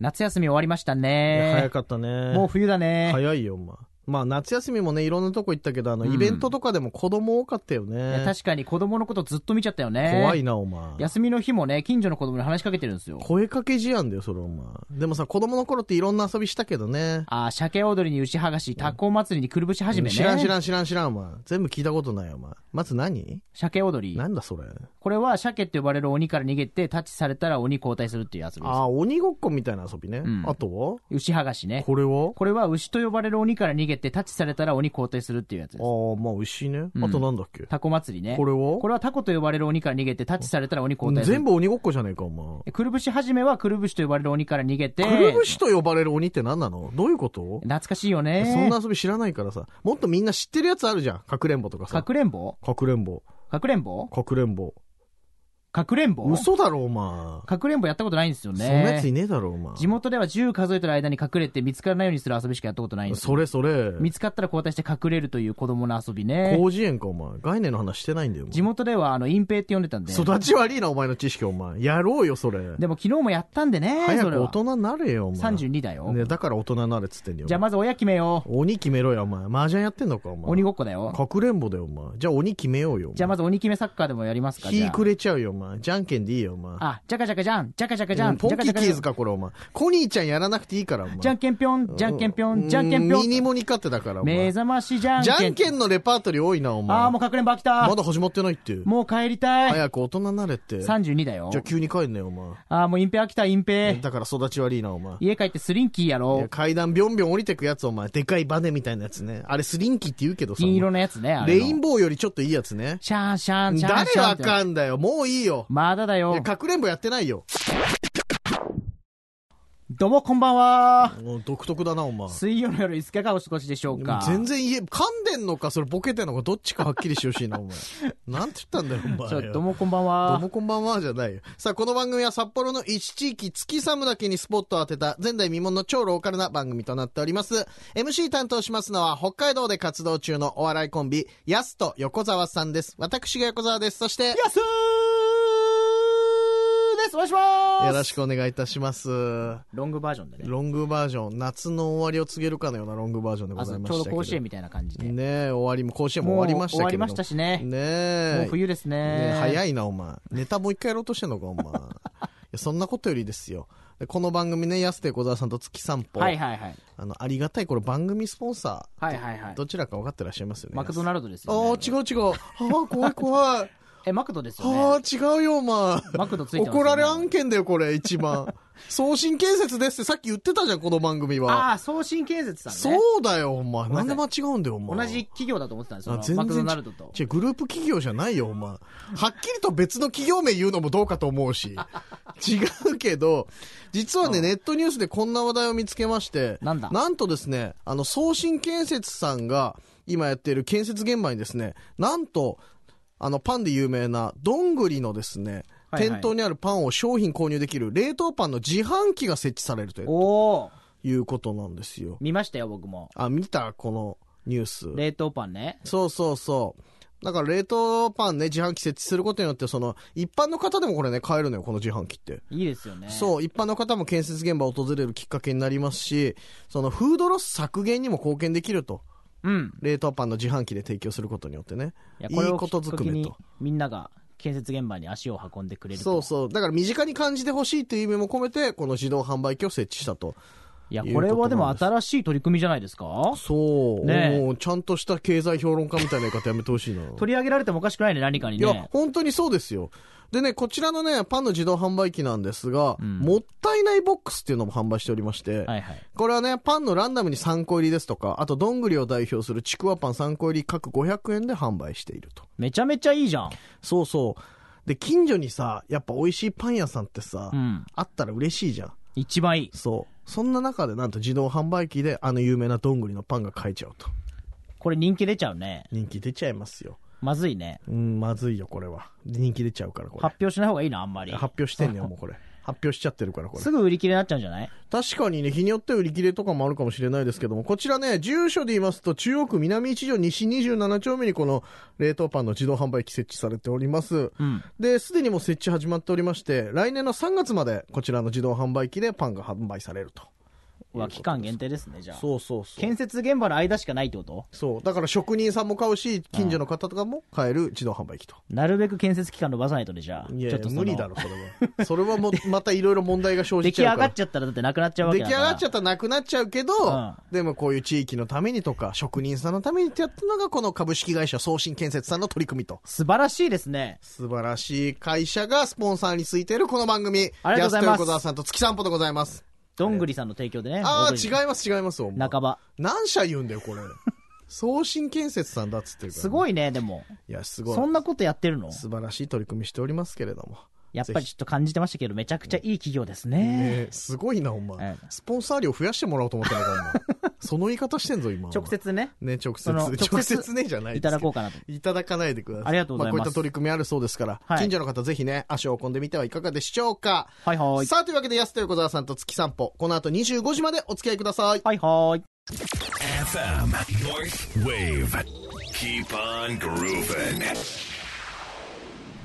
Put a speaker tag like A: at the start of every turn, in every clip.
A: 夏休み終わりましたね。
B: 早かったね。
A: もう冬だね。
B: 早いよ、まあ。まあ夏休みもね、いろんなとこ行ったけど、あの、
A: うん
B: イベントとかでも子供多かったよ
A: い
B: ね
A: や。確かに子供のことずっと見ちゃったよね。
B: 怖いな、お前。
A: 休みの日もね、近所の子供に話しかけてるんですよ。
B: 声かけ事案だよ、それお前。でもさ、子供の頃っていろんな遊びしたけどね。
A: あー鮭踊りに牛剥がし、タコ祭りにくるぶし始めね。
B: 知らん知らん知らん知らん、お前。全部聞いたことないよ、お前。まず何
A: 鮭踊り。
B: なんだそれ。
A: これは鮭って呼ばれる鬼から逃げて、タッチされたら鬼交代するっていうやつです。
B: ああ、鬼ごっこみたいな遊びね。
A: ん
B: あと
A: 牛剥がし
B: は
A: ね。
B: これは
A: これは牛と呼ばれる鬼から逃げて、タッチされたら鬼交代するっていうやつ
B: あ
A: です。
B: あ、まあ牛ね。
A: うん
B: あとなんだっけ
A: タコ祭りね。
B: これは
A: これはタコと呼ばれる鬼から逃げて、タッチされたら鬼交代する。
B: 全部鬼ごっこじゃねえか、お前。
A: くるぶし始めはくるぶしと呼ばれる鬼から逃げて、
B: くるぶしと呼ばれる鬼って何なのどういうこと
A: 懐かしいよね。
B: そんな遊び知らないからさ。もっとみんな知ってるやつあるじゃん。かくれんぼとか
A: か
B: さ。
A: くれんぼ
B: かくれんぼ。
A: かくれんぼ
B: かくれんぼ。
A: かくれんぼ
B: 嘘だろ、お前。
A: かくれんぼやったことないんですよ
B: そんなやつい
A: ね。
B: ねえだろ、お前。
A: 地元では10数えてる間に隠れて見つからないようにする遊びしかやったことないんですよ。
B: それそれ。
A: 見つかったら交代して隠れるという子供の遊びね。
B: 広辞苑か、お前。概念の話してないんだよ、お前
A: 地元ではあの隠蔽って呼んでたんで。
B: 育ち悪いな、お前の知識、お前。やろうよ、それ。
A: でも昨日もやったんでね。
B: 早
A: それ
B: く大
A: は
B: 人になれよ、お前。
A: 32だよ。
B: ね、だから大人になれっつってんだよ。
A: じゃあまず親決めよう。
B: 鬼決めろよ、お前。麻雀やってんのか、お前。
A: 鬼ごっこだよ。
B: かくれんぼだよ、お前。じゃあ鬼決めようよ。お前
A: じゃあまず鬼決めサッカーでもやりますか。じゃ
B: 日
A: あ
B: くれちゃうよ、お前。じゃんけんでいいよ、お前。
A: あ、じゃかじゃかじゃん、じゃかじゃかじゃ
B: うん
A: ん、
B: ポ
A: じ
B: ン
A: ゃかじ
B: キー
A: ゃか
B: キ
A: じゃ
B: ー
A: ん
B: ズ。か、これ、お前。コニーちゃんやらなくていいから、お前。
A: じゃんけんぴょん、じゃんけんぴょん、じゃんけんぴょ
B: ミニ
A: ん。
B: モニ勝ってだから、お
A: 目
B: 前。じ
A: 覚ましじゃんけん。
B: ゃんけんのレパートリー多いな、お前。
A: ああ、もうかくれんぼ飽きた
B: ま。だ始まってないって。
A: もう帰りたい。
B: 早く大人になれって。じゃ
A: 32だよ
B: あ。急に帰んねよ、お前。
A: ああ、もう隠蔽飽きた、隠蔽。
B: だから育ち悪いな、お前。
A: 家帰ってスリンキーや
B: い
A: ろ
B: や。階段ビョンビョン降りてくやつ、お前。でかいバネみたいなやつね。あれスリンキーって言うけどさ。
A: 銀色のやつね、あれ
B: レ
A: の。
B: インボーよりちょっといいやつね。
A: シャンシャンシャン
B: 誰
A: シャン。
B: わかんだよ。もういいよ。
A: まだだ
B: い
A: よ
B: や、。かくれんぼやってないよ。
A: どうもこんばんは。
B: もう独特だな、お前。
A: 水曜の夜、いつかがお過ごしでしょうか。
B: 全然言え、噛んでんのか、それボケてんのか、どっちかはっきりしてほしいな、お 前。なんて言ったんだよ、お前。
A: ちょ、どうもこんばん
B: どう
A: は。
B: もこんばんはじゃないよ。さあ、この番組は札幌の一地域、月寒だけにスポットを当てた、前代未聞の超ローカルな番組となっております。MC 担当しますのは、北海道で活動中のお笑いコンビ、ヤスと横澤さんです。私が横澤です。そして、よ
A: やすーです。お願いします。
B: ろしくお願いいたします。
A: ロングバージョンでね。
B: ロングバージョン、夏の終わりを告げるかのようなロングバージョンでご
A: あ
B: ざ
A: そ
B: いうま
A: ちょう
B: し
A: ど
B: たけど。
A: 甲子園みたいな感じで。
B: ねえ、終わりも、甲子園も
A: もう
B: 終わりましたけれども。
A: 終わりましたしね。
B: ね
A: もう
B: え。
A: 冬ですね。
B: ねえ早いな、お前。ネタもう一回やろうとしてんのか、お前。 いやそんなことよりですよ。でこの番組ね、安手小沢さんと月散歩。
A: はいはいはい。
B: あの、ありがたい、これ番組スポンサー。
A: はいはいはい
B: どちらか分かってらっしゃいますよね。
A: マクドナルドです
B: あ
A: よ、
B: あ
A: ね。
B: ー、違う違う。ああ、怖い怖い。
A: え、マクドです
B: あ
A: よ
B: あ、
A: ね。
B: 違うよ、お前。
A: マクドついてますよね
B: 怒られ案件だよ、これ、一番。送信建設ですってさっき言ってたじゃん、この番組は。
A: ああ、送信建設さん
B: そ
A: ね。
B: うだよ、お前。
A: め
B: なん
A: ん
B: で
A: な
B: 間
A: さ
B: 違うんだよ、お前。
A: 同じ企業だと思ってたんです
B: あ
A: よ。マクドナルドと。
B: 違う、グループ企業じゃないよ、お前。はっきりと別の企業名言うのもどうかと思 うし。違うけど、実はね、ネットニュースでこんな話題を見つけまして、
A: なんだ
B: とですね、あの、送信建設さんが今やっている建設現場にですね、なんと、あの、パンで有名な、どんぐりのですね、
A: はいはい
B: 店頭にあるパンを商品購入できる冷凍パンの自販機が設置されるという
A: おお
B: いうことなんですよ。
A: 見ましたよ、僕も。
B: あ、見たこのニュース。
A: 冷凍パンね。
B: そうそうそう。だから冷凍パンね、自販機設置することによって、その、一般の方でもこれね、買えるのよ、この自販機って。
A: いいですよね。
B: そう、一般の方も建設現場を訪れるきっかけになりますし、その、フードロス削減にも貢献できると。
A: う。うん。
B: 冷凍パンの自販機で提供することによってね。
A: い
B: い
A: や、これ
B: い
A: を
B: こと
A: きっ
B: ず
A: か
B: く
A: け
B: め
A: に
B: と。、
A: みんなが建設現場に足を運んでくれると。
B: そうそう。だから身近に感じてほしいという意味も込めて、この自動販売機を設置したと。
A: いや、これはでも新しい取り組みじゃないですか
B: そう。
A: ねえ
B: もう、ちゃんとした経済評論家みたいな言い方やめてほしいな。
A: 取り上げられてもおかしくないね、何かに
B: いや
A: ね、。
B: 本当にそうですよ。でね、こちらのね、パンの自動販売機なんですが、もったいないボックスっていうのも販売しておりまして、
A: はいはい。
B: これはね、パンのランダムに3個入りですとか、あと、どんぐりを代表するちくわパン3個入り各500円で販売していると。
A: めちゃめちゃいいじゃん。
B: そうそう。で、近所にさ、やっぱ美味しいパン屋さんってさ、
A: うん。
B: あったら嬉しいじゃん。
A: 一番いい。
B: そう。そんな中でなんと自動販売機であの有名などんぐりのパンが買えちゃうと。
A: これ人気出ちゃうね。
B: 人気出ちゃいますよ。
A: まずいね。
B: うん、まずいよ、これは。人気出ちゃうから、これ。
A: 発表しない方がいいな、あんまり。
B: 発表してんねよ、もうこれ。発表しちゃってるから、これ。
C: すぐ売り切れになっちゃうんじゃない
B: 確かにね、日によって売り切れとかもあるかもしれないですけども、こちらね、住所で言いますと、中央区南一条西27丁目にこの冷凍パンの自動販売機設置されております。
C: うん。
B: で、すでにもう設置始まっておりまして、来年の3月までこちらの自動販売機でパンが販売されると。
C: うわ、期間限定ですね、じゃあ。
B: そうそうそう。
C: 建設現場の間しかないってこと
B: そう。だから職人さんも買うし、近所の方とかも買える自動販売機と。
C: なるべく建設期間伸ばさないとね、じゃあ。
B: いやい
C: ち
B: や
C: ょっとその
B: 無理だ。ろ、それは。それはもう、またいろいろ問題が生
C: 出
B: じ
C: 来
B: ちゃ
C: 上
B: う
C: が
B: から
C: っ。ちゃったらだってなくなっちゃうわけ
B: 出
C: だ
B: 来
C: か
B: 上
C: ら。
B: がっちゃったらなくなっちゃうけど、
C: うん
B: でもこういう地域のためにとか、職人さんのためにってやったのが、この株式会社送信建設さんの取り組みと。
C: 素晴らしいですね。
B: 素晴らしい会社がスポンサーについているこの番組。
C: ありがとうございます
B: 安横澤さんと月散歩でございます。
C: どんぐりさんの提供でね。
B: ああ、
C: 大食い
B: 違います、違います。ほんま
C: 半ば。
B: 何社言うんだよ、これ。送信建設さんだっつってるから、
C: す
B: い。
C: ごいね、でも。
B: いや、すごい
C: そ。んなことやってるの
B: 素晴らしい取り組みしておりますけれども。
C: やっぱりちょっと感じてましたけど、めちゃくちゃいい企業です
B: え
C: ね。
B: ーすごいな、ほんま
C: え。
B: スポンサー料増やしてもらおうと思ったのか、ほんまその言い方してんぞ、今。
C: 直。接ね、
B: ね、直接。
C: その直接
B: 直接ね、じゃないですけど
C: いただこうかなと。
B: いただかないでください。
C: ありがとうございます
B: あ、こういった取り組みあるそうですから、
C: はい
B: 近所の方ぜひね、足を運んでみてはいかがでしょうか。
C: はいはーい。
B: さあ、というわけで、安と横澤さんと月散歩、この後25時までお付き合いください。
C: はいはーい。
D: FM North Wave. Keep on grooving.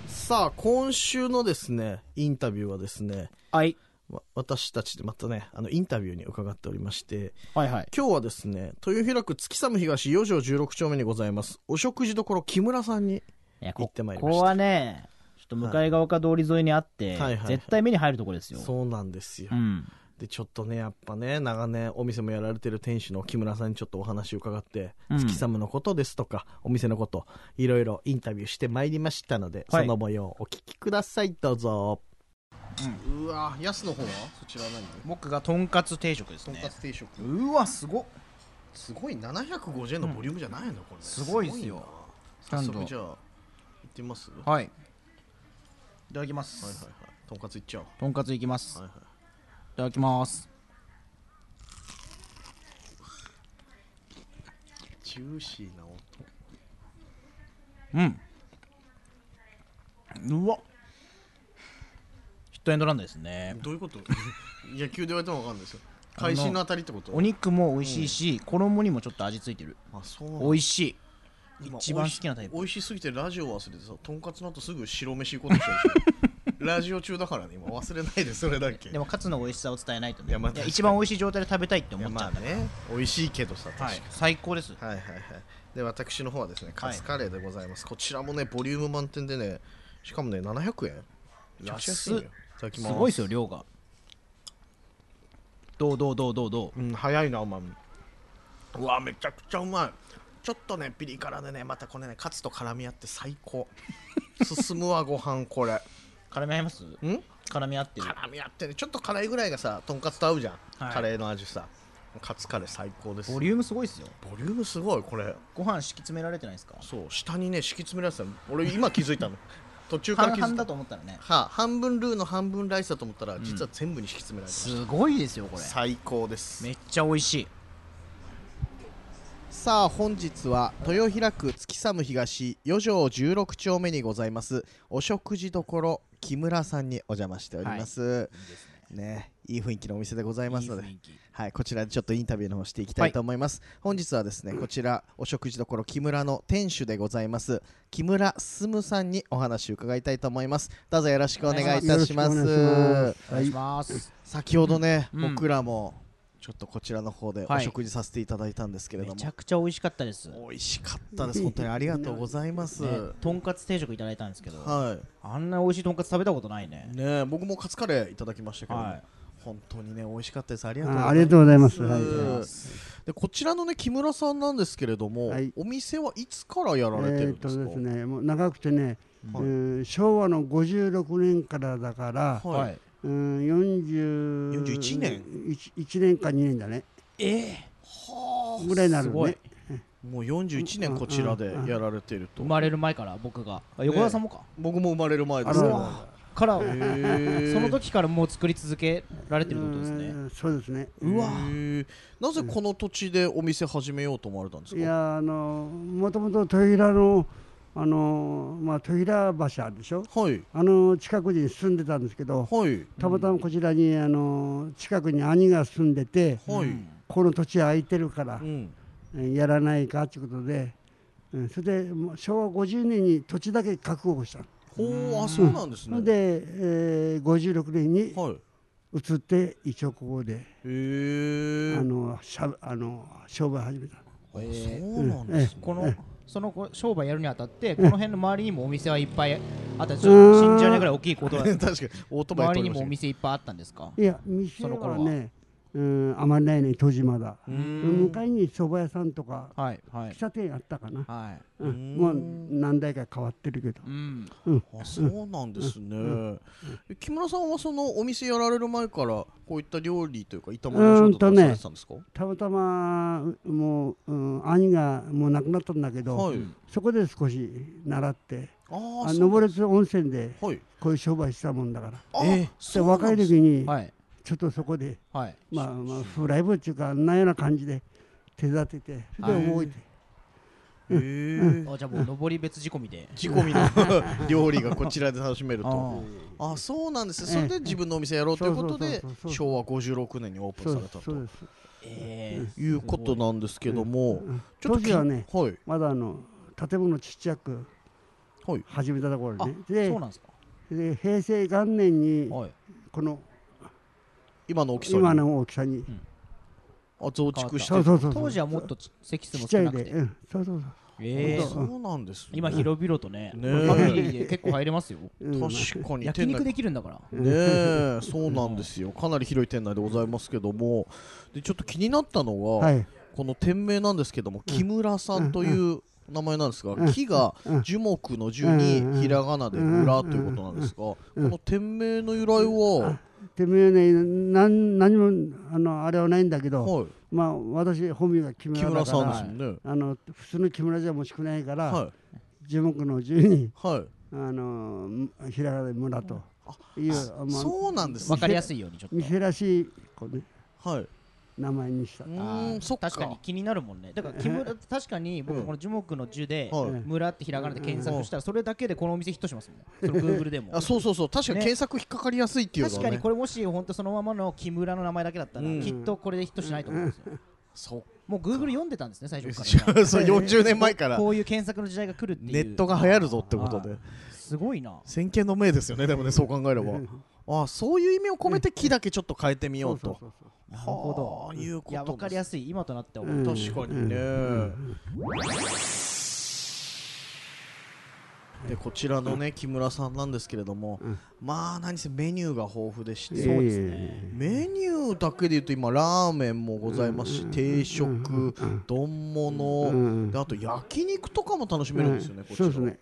B: さあ、今週のですね、インタビューはですね、
C: はい。
B: わ私たちでまたね、あの、インタビューに伺っておりまして、
C: はいはい。
B: 今日はですね、豊平区月寒東4条16丁目にございます、お食事処木村さんに、
C: いや
B: 行っ
C: こ
B: てまいり
C: こ
B: ました
C: こはね、ちょっと向かい側か通り沿いにあって、
B: はいはい
C: 絶対目に入るところですよ。
B: そうなんですよ。
C: うん。
B: でちょっとねやっぱね長年お店もやられてる店主の木村さんにちょっとお話を伺って、
C: うん
B: 月寒のことですとかお店のこといろいろインタビューしてまいりましたので、
C: はい
B: その模様をお聞きくださいどうぞ、うわヤスの方はそちら何
A: 僕がとんかつ定食です
B: とん
A: ね
B: かつ定食
A: うわすごっ
B: すごい750円のボリュームじゃないのこれ、
A: すごいですよ
B: すごいな早速
A: なんだ
B: じゃあ行ってみますはい
A: はいいただきます、
B: はいはいとんかついっちゃおう
A: とんかついきます、
B: はい
A: い
B: はい
A: ただきます
B: ジューシーな音
A: うんうわヒットエンドランドですね
B: どういうこと野球で言われても分かんないですよ会心の当たりってこと
A: お肉も美味しいし、衣にもちょっと味付いてる
B: あそうなんだ
A: 美味しい
B: 今
A: 一番好きなタイプ
B: 美味し美味しすぎてラジオ忘れてさとんかつの後すぐ白飯行こうとしたでしょラジオ中だからね今忘れないでそれだけ
A: でもカツの美味しさを伝えないとね
B: いやまあ
A: いや
B: 確かに
A: 一番美味しい状態で食べたいって
B: い
A: 思
B: や
A: っちゃ
B: ま
A: う
B: あ
A: んだ、
B: ね美味しいけどさ確か
A: は
B: に
A: い、最高です
B: はい、はいはいで私の方はですねカツカレーでございます、こちらもねボリューム満点でねしかもね700円めちゃくちゃ安いのよ
A: 安っ
B: いただきますす
A: ごいですよ量がどうどうどうどうどう
B: うん早いなお前うわめちゃくちゃうまいちょっとねピリ辛でねまたこれねカツと絡み合って最 高進むわご飯これ
A: 絡み合います
B: ん
A: 絡み合ってる
B: 絡み合ってねちょっと辛いぐらいがさとんかつと合うじゃん、
A: はい
B: カレーの味さカツカレー最高です
A: ボリュームすごいですよ
B: ボリュームすごいこれ
A: ご飯敷き詰められてないですか
B: そう下にね敷き詰められてたの俺今気づい たの途中か
A: 半
B: ら気づ
A: 々
B: い
A: だ
B: た
A: と思ったらね
B: はあ半分ルーの半分ライスだと思ったら、実は全部に敷き詰められてまし
A: すごいですよこ
B: た
A: れ
B: 最高です
A: めっちゃ美味しい
B: さあ本日は豊平区月寒東4条16丁目にございますお食事処木村さんにお邪魔しております、いいねいい雰囲気のお店でございますので
A: いい雰囲気
B: はい、こちらでちょっとインタビューの方していきたいと思います、本日はですねこちらお食事処木村の店主でございます木村進さんにお話を伺いたいと思いますどうぞよろしくお願いいたしま
E: よろしくお願
B: す
E: いし
A: お願いします
B: 先ほどね、
A: うん
B: 僕らもちょっとこちらの方でお
A: はい
B: 食事させていただいたんですけれども、
A: めちゃくちゃ美味しかったですね
B: 美味しかったです。本当にありがとうござい ます。
A: とんかつ定食いただいたんですけど
B: は
A: あんな美味しいとんかつ食べたことないね
B: い。ねえ僕もカツカレーいただきましたけど、
A: はい
B: 本当にね、美味しかったです。ありがとうござい
E: あ
B: ます。
E: ありがとうございます。
B: あ
E: は
B: りがと
E: い
B: うございますで、こちらのね、木村さんなんですけれども、
E: はい
B: お店はいつからやられて
E: え
B: るん
E: ーっ
B: で
E: と
B: すか、
E: ですね、もう長くてね、
B: はい
E: うん昭和の56年からだから、
B: はい。
A: い
E: うん、40
B: 41年
E: 1, 年か2年だね、
A: ええ
E: ぐらいになるのね。
B: もう41年こちらでやられてると
A: 生。まれる前から僕があ横田さんもか
B: 僕も生まれる前です
E: あ
B: け
A: から
B: どへ
E: らら
B: ー
A: その時からもう作り続けられてるってことですね
E: うんそうですね。
B: うわなぜこの土地でお店始めようと思われたんです
E: い
B: か
E: やあのもともと豊平のあのまあ戸平橋あるでしょ
B: はい。
E: あの近くに住んでたんですけど
B: はい。
E: たまたまこちらにあの近くに兄が住んでて
B: はい。
E: この土地空いてるから
B: うん。
E: えやらないかということでうんそれでもう昭和50年に土地だけ確保したの
B: ほう、あ、そうなんです
E: それ
B: ね。
E: で、えー56年に
B: はい。
E: 移って一応ここで、
B: へ
E: あ
B: ー
E: のしゃあの商売始めた
B: あそうなんですね。
A: このそのこ商売やるにあたってこの辺の周りにもお店はいっぱいあったちょっと信じられないぐらい大きいことは
B: 確かに、 オートバイ
A: 周
B: 通
A: りに
B: りまし
A: も
B: た
A: お
B: けど
A: 店いっぱいあったんですか
E: いや店
A: その
E: は
A: 頃は
E: ねうんあまりないね当時まだ
A: う
E: 向かいに蕎麦屋さんとか
A: はいはい
E: 喫茶店あったかな、
A: はい
E: うん、もう何台か変わってるけど
A: うん
B: あそうなんですね。え木村さんはそのお店やられる前からこういった料理というか炒め
E: うー
B: 物
E: ん
B: とか
E: と
B: さ
E: ね
B: れてたんですか？
E: たまたまうもう、うん、兄がもう亡くなったんだけど、
B: はい。
E: そこで少し習って
B: ああ
E: あ
B: そう
E: 登別温泉で
B: はい。
E: こういう商売したもんだから
B: あ
A: ええ
E: で
B: そう
E: 若
B: なん
E: い
B: です
E: 時に
A: はい
E: ちょっとそこで
A: はい
E: まあまあフライブっていうかあんなような感じで手立ててそれで動いて
B: へえ。
A: あじゃあもう上り別仕込みで
B: 仕込み の料理がこちらで楽しめる
A: あ
B: と。あそうなんですね。それ
E: え
B: で自分のお店やろうということで
E: そうそうそうそう
B: 昭和56年にオープンさ
E: そ
B: れ
E: うで
B: た
E: す
B: と
E: そうです
A: ええ
B: いうことなんですけども、ちょっ
E: 当
B: と
E: 時
B: き
E: はね
B: はい
E: まだあの建物ちっちゃく
B: はい
E: 始めたところね
A: そう
E: で
A: なんですか
E: で平成元年に
A: はい
E: この
B: 今の大きさに
E: 今の大きさに
B: あ増築して
E: そ
B: る
E: うそうそうそう
A: 当時はもっと席数
E: ちっ
A: も
E: ちゃ
A: 少
E: い
A: なく
E: で、
A: て
E: うん、そうそう
A: ええ
E: ほんと
B: そうなんですね。
A: 今広々とねフ
B: ねえ
A: ァミリーで結構入れますよ
E: そう、うん、
B: 確かに
A: 焼肉できるんだから
B: ねえそうなんですよかなり広い店内でございますけどもでちょっと気になったのが、
E: はい
B: この店名なんですけども木村さんという名前なんですが木が樹木の樹
E: うんう
B: に
E: ん
B: ひらがなで村ということなんですがこの店名の由来は、
E: てめえねなん何もあのあれはないんだけど、
B: はい、
E: まあ私本名が木
B: 木
E: 村
B: 村
E: だか
B: さ
E: ら
B: んですよね
E: あの普通の木村じゃもう少ないから、
B: は
E: 樹木の樹に
B: いはい
E: あのひらがなで村という、まあ、
B: そうなんです
A: わ
B: ね
A: かりやすいようにちょっと
E: 店らしいこう、ね、
B: はい
E: 名前にした
B: う。
A: あ
B: ーん
A: ー
B: そっか
A: 確かに気になるもんねだから木村確かに僕この樹木の樹で
B: はい
A: 村ってひらがなで検索したらそれだけでこのお店ヒットしますもんその Google でも
B: あそうそうそう確かに
A: ね
B: 検索引っかかりやすいっていうの
A: 確
B: は、ね、
A: かにこれもし本当そのままの木村の名前だけだったら
B: うん
A: きっとこれでヒットしないと思うんですよ
B: そう
A: もう Google 読んでたんですね最初から
B: そう40年前から
A: こういう検索の時代が来るっていう
B: ネットが流行るぞってことで
A: すごいな
B: 先見の明ですよねでもねそう考えればああそういう意味を込めて木だけちょっと変えてみようと
E: そうそうそう
A: なるほ
B: はあ
A: ど
B: いうこと
A: いやわかりやすい今となっては思う
B: 確かにねでこちらのね木村さんなんですけれどもまあ何せメニューが豊富でして
E: そう
B: ねメニューだけでいうと今ラーメンもございますし定食丼物であと焼肉とかも楽しめるんですよねこち
E: そう
B: ら
E: で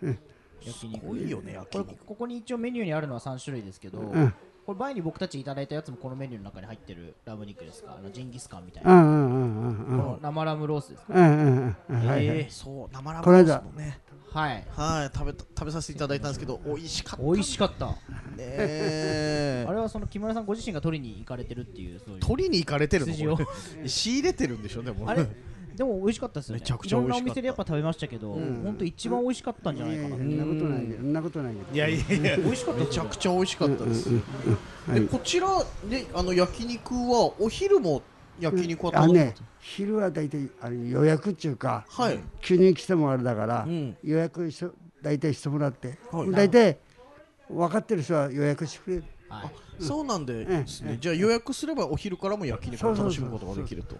E: すね。
A: 焼
B: すご
A: 肉
B: いよね焼
A: これ
B: 肉
A: こここに一応メニューにあるのは3種類ですけど、
E: ん
A: これ前に僕たちいただいたやつもこのメニューの中に入ってるラム肉ですかあのジンギスカンみたいな、
E: うんうんうんうんうん
A: この生ラムロースですか、
E: うんうん。はいはい。
A: え
B: そう生ラー
E: こ
B: メ
E: の
B: ンです
E: 間
B: もんね
A: ーはい
B: はい食べた食べさせていただいたんですけど美味しかった
A: 美味しかった
B: ね
A: あれはその木村さんご自身が取りに行かれてるっていうそういう
B: 取りに行かれてる
A: 筋を
B: のこれ 仕入れてるんでしょでも
A: あれでも美味しかったですよね
B: めちゃくちゃ美味しかった
A: いろんなお店でやっぱ食べましたけど、本当一番美味しかったんじゃないかな、
E: そんなことないけど、そんなことないけど。
B: いやいや いや
A: 美味しかった
B: め
A: です
B: ちゃ
A: よ
B: くちゃ美味しかったですでこちらであの焼肉はお昼も焼肉は
E: あ
B: 頼
E: の
B: む
E: ね、昼は大体あれ予約っていうか、
B: はい
E: 急に来てもあれだから、
B: うん
E: 予約しと大体してもらって、
B: はい
E: 大体分かってる人は予約してくれる。
A: はい
B: そうなんですねじゃあ予約すればお昼からも焼肉を楽しむことができると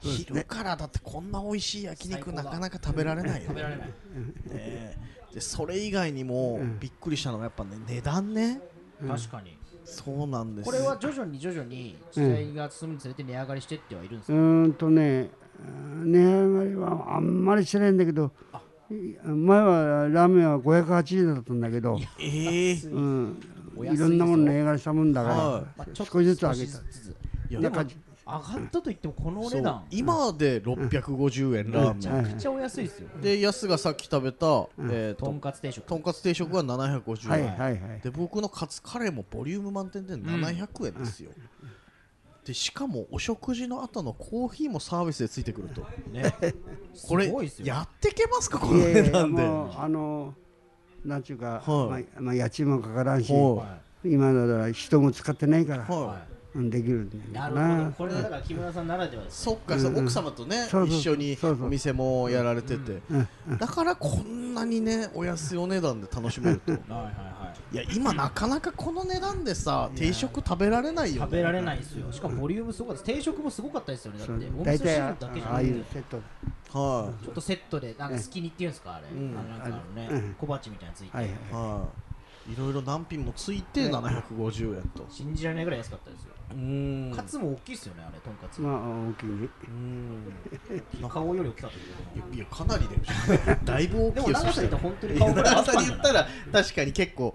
B: 昼からだってこんな美味しい焼肉なかなか食べられないよ
A: 食べ
B: ね
A: られない
B: えでそれ以外にもびっくりしたのがやっぱね値段ね
A: 確かに
B: そうなんです
A: これは徐々に徐々に時代が進むにつれて値上がりしてってはいるんです
E: う
A: か、
E: ーんとね、うん値上がりはあんまりしてないんだけど、い前はラーメンは580円だったんだけど、
B: ええ
E: うん、
A: お安い
E: いろんなもの値上がりしたもんだ
B: は
E: か
A: まあ
E: ら、
A: ちょっと
E: 少しずつ上げ
A: 少
E: た
A: し。ずつ
B: いや
A: で
B: だ
A: も
B: から
A: 上がったといってもこのお
B: そ
A: 値
B: う
A: 段
B: 今で650円ラ
E: うん
B: ーメ
E: は
B: ン
E: い
A: めっちゃお安いですよ
B: でやすがさっき食べたえー
A: と
B: と
A: んかつ定食
B: とんかつ定食は750
E: はい
B: 円
E: はいはい。
B: で僕のカツカレーもボリューム満点で700円ですよでしかもお食事の後のコーヒーもサービスでついてくると、ね、これ
A: すごいっすよ
B: やってけますかこ
E: い
B: の
E: やいや
B: 値段で
E: もうあのなんちゅうか、
B: はい
E: まあまあ、家賃もかからんし
B: ほ
E: 今だったら人も使ってないから、
B: は
E: うんできるんだ
A: な
E: よ
A: るほ
E: な
A: どこれはだから木村さんならではです
B: そっか、そう奥様とね
E: そうそう
B: 一緒に
E: そうそう
B: お店もやられてて、だからこんなにねお安いお値段で楽しめるとい
A: はいはいはい
B: や今なかなかこの値段でさ定食食べられないよ、ね、
A: 食べられないですよしかもボリュームすごかった定食もすごかったですよねだって
E: そ
A: お
E: う
A: 味噌
E: 大
A: 汁
E: 体あ
A: だけじゃ
E: あ
A: な
E: あ
A: く
E: い
A: て
E: うセット
B: は
A: ちょっとセットでなんかすき煮っていうんですかあれ、あのなんかあのね、
E: うん
A: 小鉢みたいなのついて、
E: はいはい
B: い、はい、いろいろ何品もついて750円と
A: 信じられないぐらい安かったですよ、
B: うん
A: カツも大きいですよねあれとんかつ、
E: まあ大きいね
B: うん
A: 顔より大きかったけど
B: いやかなりで だいぶ大き
A: で
B: い
A: も
B: よ
A: 長
B: そ
A: さで言
B: した
A: っ
B: ら
A: たら本当に顔ぐらい
B: 長
A: あ
B: さ
A: た
B: に
A: ん
B: 言
A: だ
B: っ
A: な
B: たら確かに結構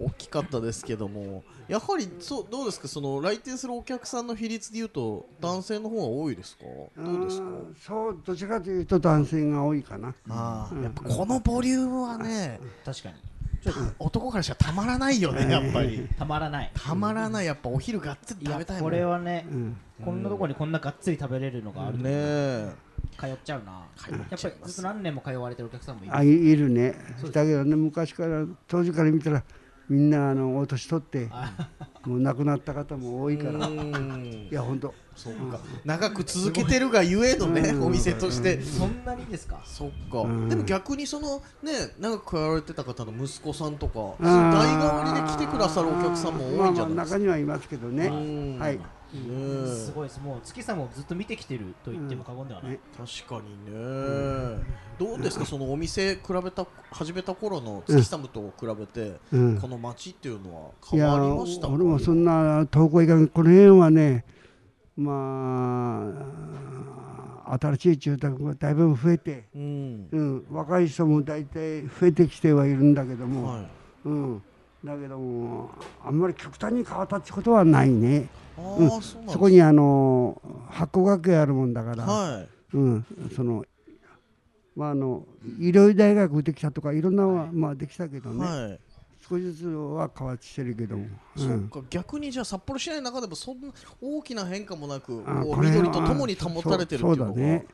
B: 大きかったですけどもやはりそうどうですかその来店するお客さんの比率でいうと男性の方が多いですかどうですか
E: んそうどちらかというと男性が多いかな
B: ああやっぱこのボリュームはね
A: 確かに
B: ちょっと男からしかたまらないよねやっぱり
A: たまらない
B: たまらないやっぱお昼がっつり
A: い
B: 食
A: や
B: べたいも
A: こ
B: ん
A: れ
B: ね
A: はね、こんなところにこんながっつり食べれるのがあると、
B: え
A: 通っちゃうな
B: 通っちゃいます
A: やっぱりずっと何年も通われてるお客さんもいる
E: あいいるねだけどね昔から当時から見たらみんなあのお年取ってもう亡くなった方も多いからい
B: うん
E: や本当
B: そうか長く続けてるがゆえのねお店として
A: そんなにですか
B: そっか、
E: ん
B: でも逆にそのね長く通われてた方の息子さんとか代
E: あー
B: 替わりで来てくださるお客さんも多いんじゃないで
E: まあ、まあ
B: すか、
E: 中にはいますけどね
B: うん
E: はい
B: ねえ
A: すごいですもう月さんもずっと見てきてると言っても過言ではない、
E: ね
B: 確かにね、どうですかそのお店比べた始めた頃の月寒と比べて、
E: うん
B: この街っていうのはい変
E: や
B: わりましたか
E: 俺もそんな遠くいかんこの辺はねまあ新しい住宅がだいぶ増えて、
B: うん
E: うん、若い人も大体増えてきてはいるんだけども、
B: はい
E: うん、だけどもあんまり極端に変わったってことはないね
B: ああ、そ
E: う
B: うなんです
E: そこにあの箱学園あるもんだから、
B: は
E: うん、そのまああの医療大学できたとかいろんなのは、まあできたけど
B: い、
E: ね、
B: はい
E: 少しずつは変わってきてるけども、う、
B: そうんか逆にじゃあ札幌市内の中でもそんな大きな変化もなく
E: あ
B: こう
E: これは
B: 緑とともに保たれてるっていうの
E: そ
B: が
E: うだね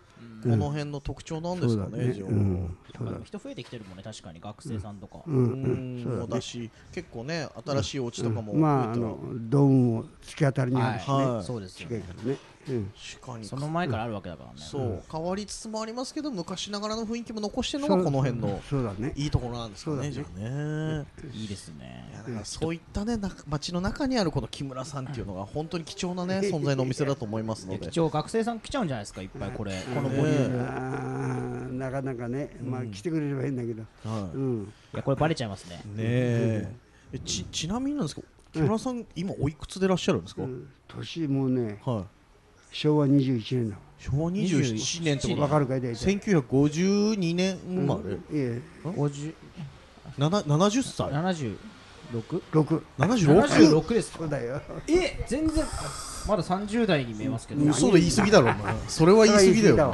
B: この辺の特徴なんですかね、じゃあ
E: うん、そうだ
A: まあ人増えてきてるもんね確かに学生さんとか、
E: う
B: うんん
E: そうだね
B: もうだし結構ね新しいお家とかも増えたら
E: まああのドームも突き当たりにあるしね、
B: はいはい
A: そうですよ
E: 近い
A: ね
E: からね、うん、
B: 確かに
A: その前からあるわけだからね
B: そう変わりつつもありますけど昔ながらの雰囲気も残してるのがこの辺の
E: そうだね
B: いいところなんですかねじ
E: そ
B: ゃ
E: う
B: あね
A: いいですね
B: いやだからそういったねな街の中にあるこの木村さんっていうのが本当に貴重な ね存在のお店だと思いますので
A: 一応学生さん来ちゃうんじゃないですかいっぱいこれこのボリューム
E: あーなかなかね、まあ来てくれればいいんだけど、
B: はい
E: うん、
A: いやこれバレちゃいますね
B: ねええちちなみになんですけど木村さん今おいくつでいらっしゃるんですか
E: 年もね
B: はい
E: 昭和21年だ
B: 昭和27年ってこと
E: わ
B: だ
E: かるかい大体
B: 1952年生まれ、
E: いえ
A: 50
B: なな70歳
A: 76
E: 6
B: 76
A: 76ですか
E: そうだよ
A: え全然まだ30代に見えますけど
B: 嘘で言い過ぎだろお前 それは言い過ぎだよ
E: わ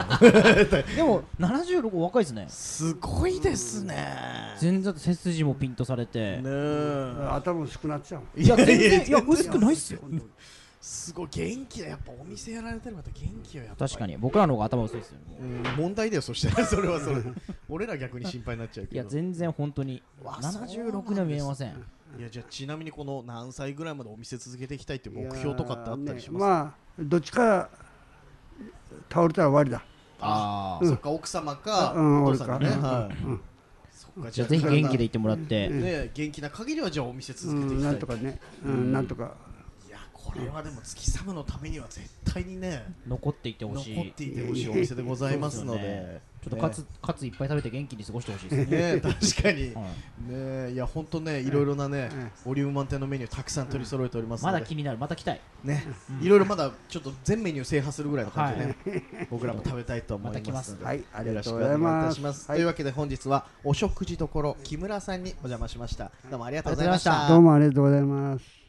A: でも76若いですね
B: すごいですね
A: 全然背筋もピンとされて
B: ねえ
E: 頭薄くなっちゃう
A: いや全然いや薄くないっすよ
B: すごい元気だやっぱお店やられてる方元気よやっぱ
A: 確かに僕らの方が頭薄いですよね
B: うん問題だよそして それはそれで俺ら逆に心配になっちゃう
A: い
B: け
A: や
B: ど
A: 全然本当に
B: わそうなんです
A: 76には見えません
B: いやじゃあちなみにこの何歳ぐらいまでお店続けていきたいっていう目標とかってあったりします
E: いやーねまあどっちか倒れたら終わりだ
B: ああそっか奥様か
E: うん
B: お父さんがね
E: 俺か
B: はいそっか
A: じゃあぜひ元気でい
B: ね
A: てもらって
B: え元気な限りはじゃあお店
E: う
B: 続けてい
E: ん
B: きた
E: ないんとかねうんなんとか
B: いやこれはでも月寒のためには絶対にね
A: 残っていってほ
B: 残
A: しい
B: っていてほしいお店でございますので
A: そうですよねちょっと
B: ね
A: カツ、カツいっぱい食べて元気に過ごしてほしいですね。
B: ね確かに、
A: はい
B: ねいや本当ねいろいろなね、
E: え
B: ボリューム満点のメニューたくさん取り揃えておりますの
A: ま
B: で、
A: だ気になる、また来たい。
B: ねいろいろまだちょっと全メニュー制覇するぐらいの感じでね、僕らも食べたいと思いますので、
E: また来ますはいありがとうご
B: よ
E: ざ
B: ろ
E: い
B: しくお願いい
E: ます
B: たします、
E: はい
B: というわけで本日はお食事どころ木村さんにお邪魔しましたどうもありがとうございました
A: ありがとうございました
E: どうもありがとうございます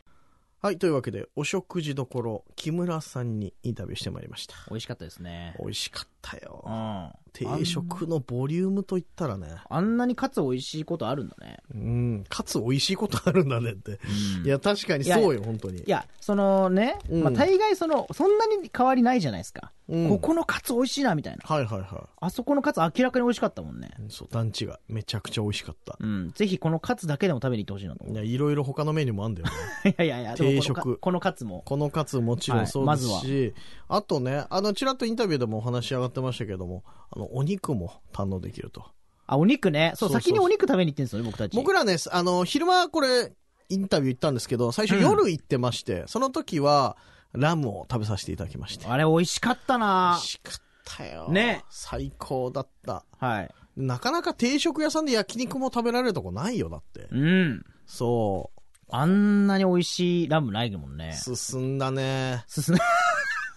B: はいというわけでお食事どころ木村さんにインタビューしてまいりました
A: 美味しかったですね。
B: 美味しかったよ
A: うん。
B: 定食のボリュームといったらね、
C: あんなにカツ美味しいことあるんだね。
B: うん、かつ美味しいことあるんだねって。いや、確かにそうよ、本当に
C: い。や、そのね、
B: うん
C: まあ、大概その、そんなに変わりないじゃないですか。
B: うん
C: ここのカツ美味しいな、みたいな。
B: はいはいは
C: あそこのカツ明らかに美味しかったもんね。
B: い。そう、団地がめちゃくちゃ美味しかった。
C: うん。ぜひこのカツだけでも食べに行ってほしいなと思
B: いや、いろいろ他のメニューもあんだよね。
C: う。い やいやいや、でも
B: 定
C: このカ
B: 食
C: このカツも。
B: このカツもちろんそうですし、あとね、あの、ちらっとインタビューでもお話し上がってましたけども、あの、お肉も堪能できると。
C: あ、お肉ね。
B: そうそ
C: そう、
B: うそう
C: 先にお肉食べに行ってんですよね、僕たち。
B: 僕らね、あの、昼間これ、インタビュー行ったんですけど、最初夜行ってまして、その時は、ラムを食べさせていただきまして。
C: あれ美味しかった
B: 美
C: な
B: 味しかったよ。
C: ね
B: 最高だった。
C: はい。
B: なかなか定食屋さんで焼肉も食べられるとこないよ、だって。
C: うん。
B: そ
C: あんなに美味しいラムないもん
B: う。
C: ね。
B: 進んだね。
C: 進ん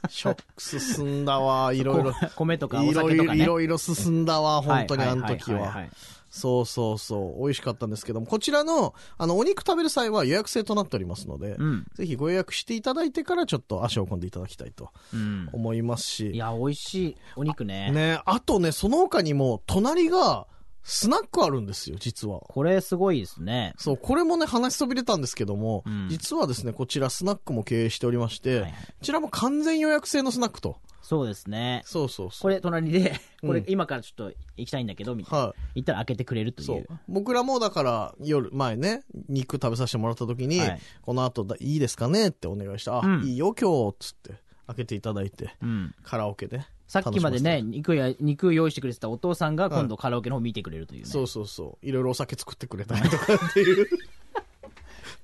B: ショック進んだわ、いろいろ。
C: 米とかお
B: いろ
C: 酒
B: い
C: と
B: ろ、
C: か
B: い
C: ね。
B: ろいろ進んだわ、本当に
C: いい
B: あの時
C: いい
B: は。
C: い
B: そうそうそう、美味しかったんですけども、こちらの、あの、お肉食べる際は予約制となっておりますので、
C: うん。
B: ぜひご予約していただいてからちょっと足を運んでいただきたいと
C: うん。
B: 思います
C: い
B: し。
C: や、美味しいお肉ね。
B: ね、あとね、その他にも、隣が、スナックあるんですよ、実は。
C: これすごいですね。
B: そう、これもね、話しそびれたんですけども、
C: うん
B: 実はですね、こちらスナックも経営しておりまして、
C: はいはい
B: こちらも完全予約制のスナックと。
C: そうですね。
B: そうそうそ
C: これ隣で、
B: うん
C: これ今からちょっと行きたいんだけど、み
B: う。
C: たいな。
B: はい。
C: 行ったら開けてくれるとい
B: そうう。。僕らもだから、夜、前ね、肉食べさせてもらった時に、
C: はい
B: この後だ、いいですかねってお願いした。あ、
C: うん
B: いいよ、今日、つって、開けていただいて、
C: うん。
B: カラオケで。
C: さっきまでね、肉や、肉用意してくれてたお父さんが今度カラオケの方見てくれるというね。
B: そうそうそう。いろいろお酒作ってくれたりとかって いう。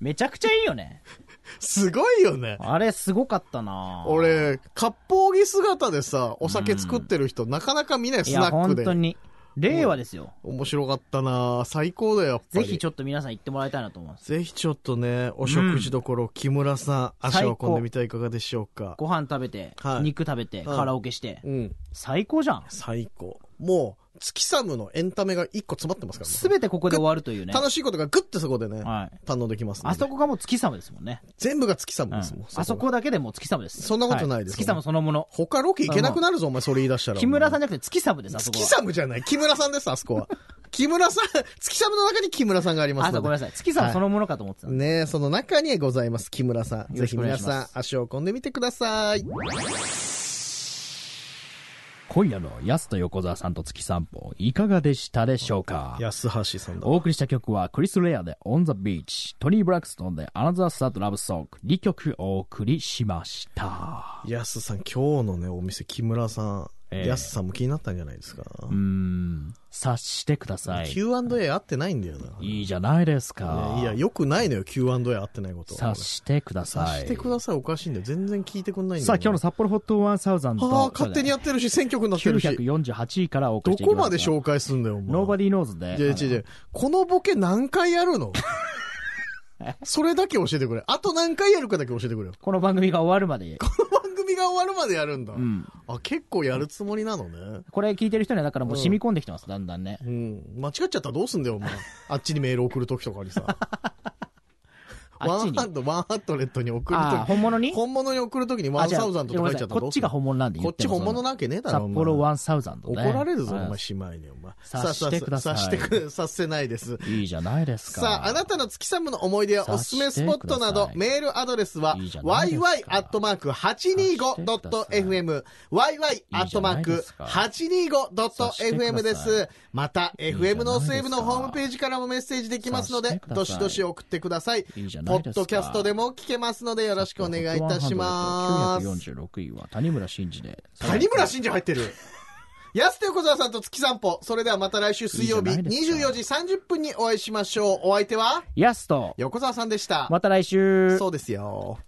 C: めちゃくちゃいいよね。
B: すごいよね。
C: あれすごかったな
B: 俺、割烹着姿でさ、お酒作ってる人、なかなか見ない、
C: い
B: スナ
C: や、
B: ック
C: 本
B: で。
C: 当に。令和ですよ。
B: 面白かったな最高だよ、やっぱ
C: ぜ
B: り。
C: ひちょっと皆さん行ってもらいたいなと思います。
B: ぜひちょっとね、お食事どころ、木村さん、足を運んでみてはいかがでしょうか。
C: ご飯食べて、
B: はい
C: 肉食べて、
B: ん
C: カラオケして、
B: うん、
C: 最高じゃん。
B: 最高。もう、月寒のエンタメが一個詰まってますからね
C: すべてここで終わるというね。
B: 楽しいことがグッてそこでね、
C: はい。
B: 堪能できますの
C: あ
B: で
C: そこがもう月様ですもんね。
B: 全部が月寒
C: うん
B: ですもん。
C: あそこだけでもう月様です。
B: そんなことないです
C: は月様そのもの。
B: 他ロケ行けなくなるぞ、お前、それ言い出したら。
C: 木村さんじゃなくて月様です、あそこ
B: 月
C: は。
B: 寒じゃない。木村さんです、あそこは。木村さん、月寒の中に木村さんがあります
C: あ、そう、
B: の
C: ごめんな
B: で。
C: さい。月様そのものかと思ってた。
B: ねえ、その中にございます、木村さん。
C: よ
B: ぜ
C: ろ
B: ひ
C: しくお願
B: 皆
C: いします
B: さん、足を運んでみてください。
C: 今夜のヤスと横澤さんと月散歩、いかがでしたでしょうか
B: 安橋さんだ。
C: お送りした曲はクリス・レアで On the Beach、トニー・ブラックストンで Another Sad Love Song、2曲お送りしました。
B: 安さん、今日のね、お店、木村さん、
C: ええ
B: 安さんも気になったんじゃないですか。
C: うーん、察してください。
B: Q&A 合ってないんだよな。
C: いいじゃないですか。
B: ねいや、よくないのよ、Q&A 合ってないこと。
C: 察してくだ
B: 察
C: さい。
B: してください、おかしいんだよ。全然聞いてくんないんだよ。
C: さあ、今日の札幌ホット1000と、
B: はあ、勝手にやってるし、選挙区になってるし。
C: 948位からお送り
B: ど
C: していき
B: こ
C: ます
B: まで紹介すんだよ、お前。
C: ノーバディーノーズで。
B: いや、違う違う。このボケ何回や るのそれだけ教えてくれ。あと何回やるかだけ教えてくれよ。
C: この番組が終わるまで。
B: この番組が終わるまでやるんだ。
C: うん。
B: あ、結構やるつもりなのね。
C: これ聞いてる人にはだからもう染み込んできてます、だんだんね。
B: うん。間違っちゃったらどうすんだ よ、お前。あっちにメール送るときとかにさ。
C: あ
B: ワ
C: っち
B: ン
C: に
B: ハ。ンド、ワンハットレットに送る
C: あ
B: と
C: あ、本物に
B: き。本物に送るときにワ
C: あ
B: ン
C: じゃあ
B: サウザンとか書いちゃったら
C: ごめんなさいこ
B: ど
C: っ
B: う
C: ち
B: すん
C: が
B: の
C: 本物なんで
B: こ
C: 言
B: ってち
C: も
B: 本物なわけねえだろ、
C: 札
B: お前
C: 幌1000ね。
B: 怒られるぞ、お
C: はい
B: 前、姉妹に、お前。
C: 察してください
B: さしてく、させないです。
C: いいじゃないですか。
B: さあ、あなたの月寒の思い出やおすすめスポットなど
C: 察してくださ、い
B: メールアドレスはい
C: いじゃないですか
B: yy.825.fm、
C: 察してくだ
B: yy.825.fm
C: さい
B: です。また、
C: いじゃないです
B: FM
C: か
B: のセーブのホームページからもメッセージできますの
C: 察
B: で
C: してく、だ
B: ど
C: さ
B: し
C: い
B: どし送ってください。ポ
C: いいじゃないで
B: ッ
C: すか
B: ドキャストでも聞けますので、よろしくお願いいたします。
C: 946位は谷村新司で。
B: 谷村新司入ってる安手横澤さんと月散歩。それではまた来週水曜日
C: いいじゃないですか
B: 24時30分にお会いしましょう。お相手は
C: ヤスと、
B: 横澤さんでした。
C: また来週。
B: そうですよ。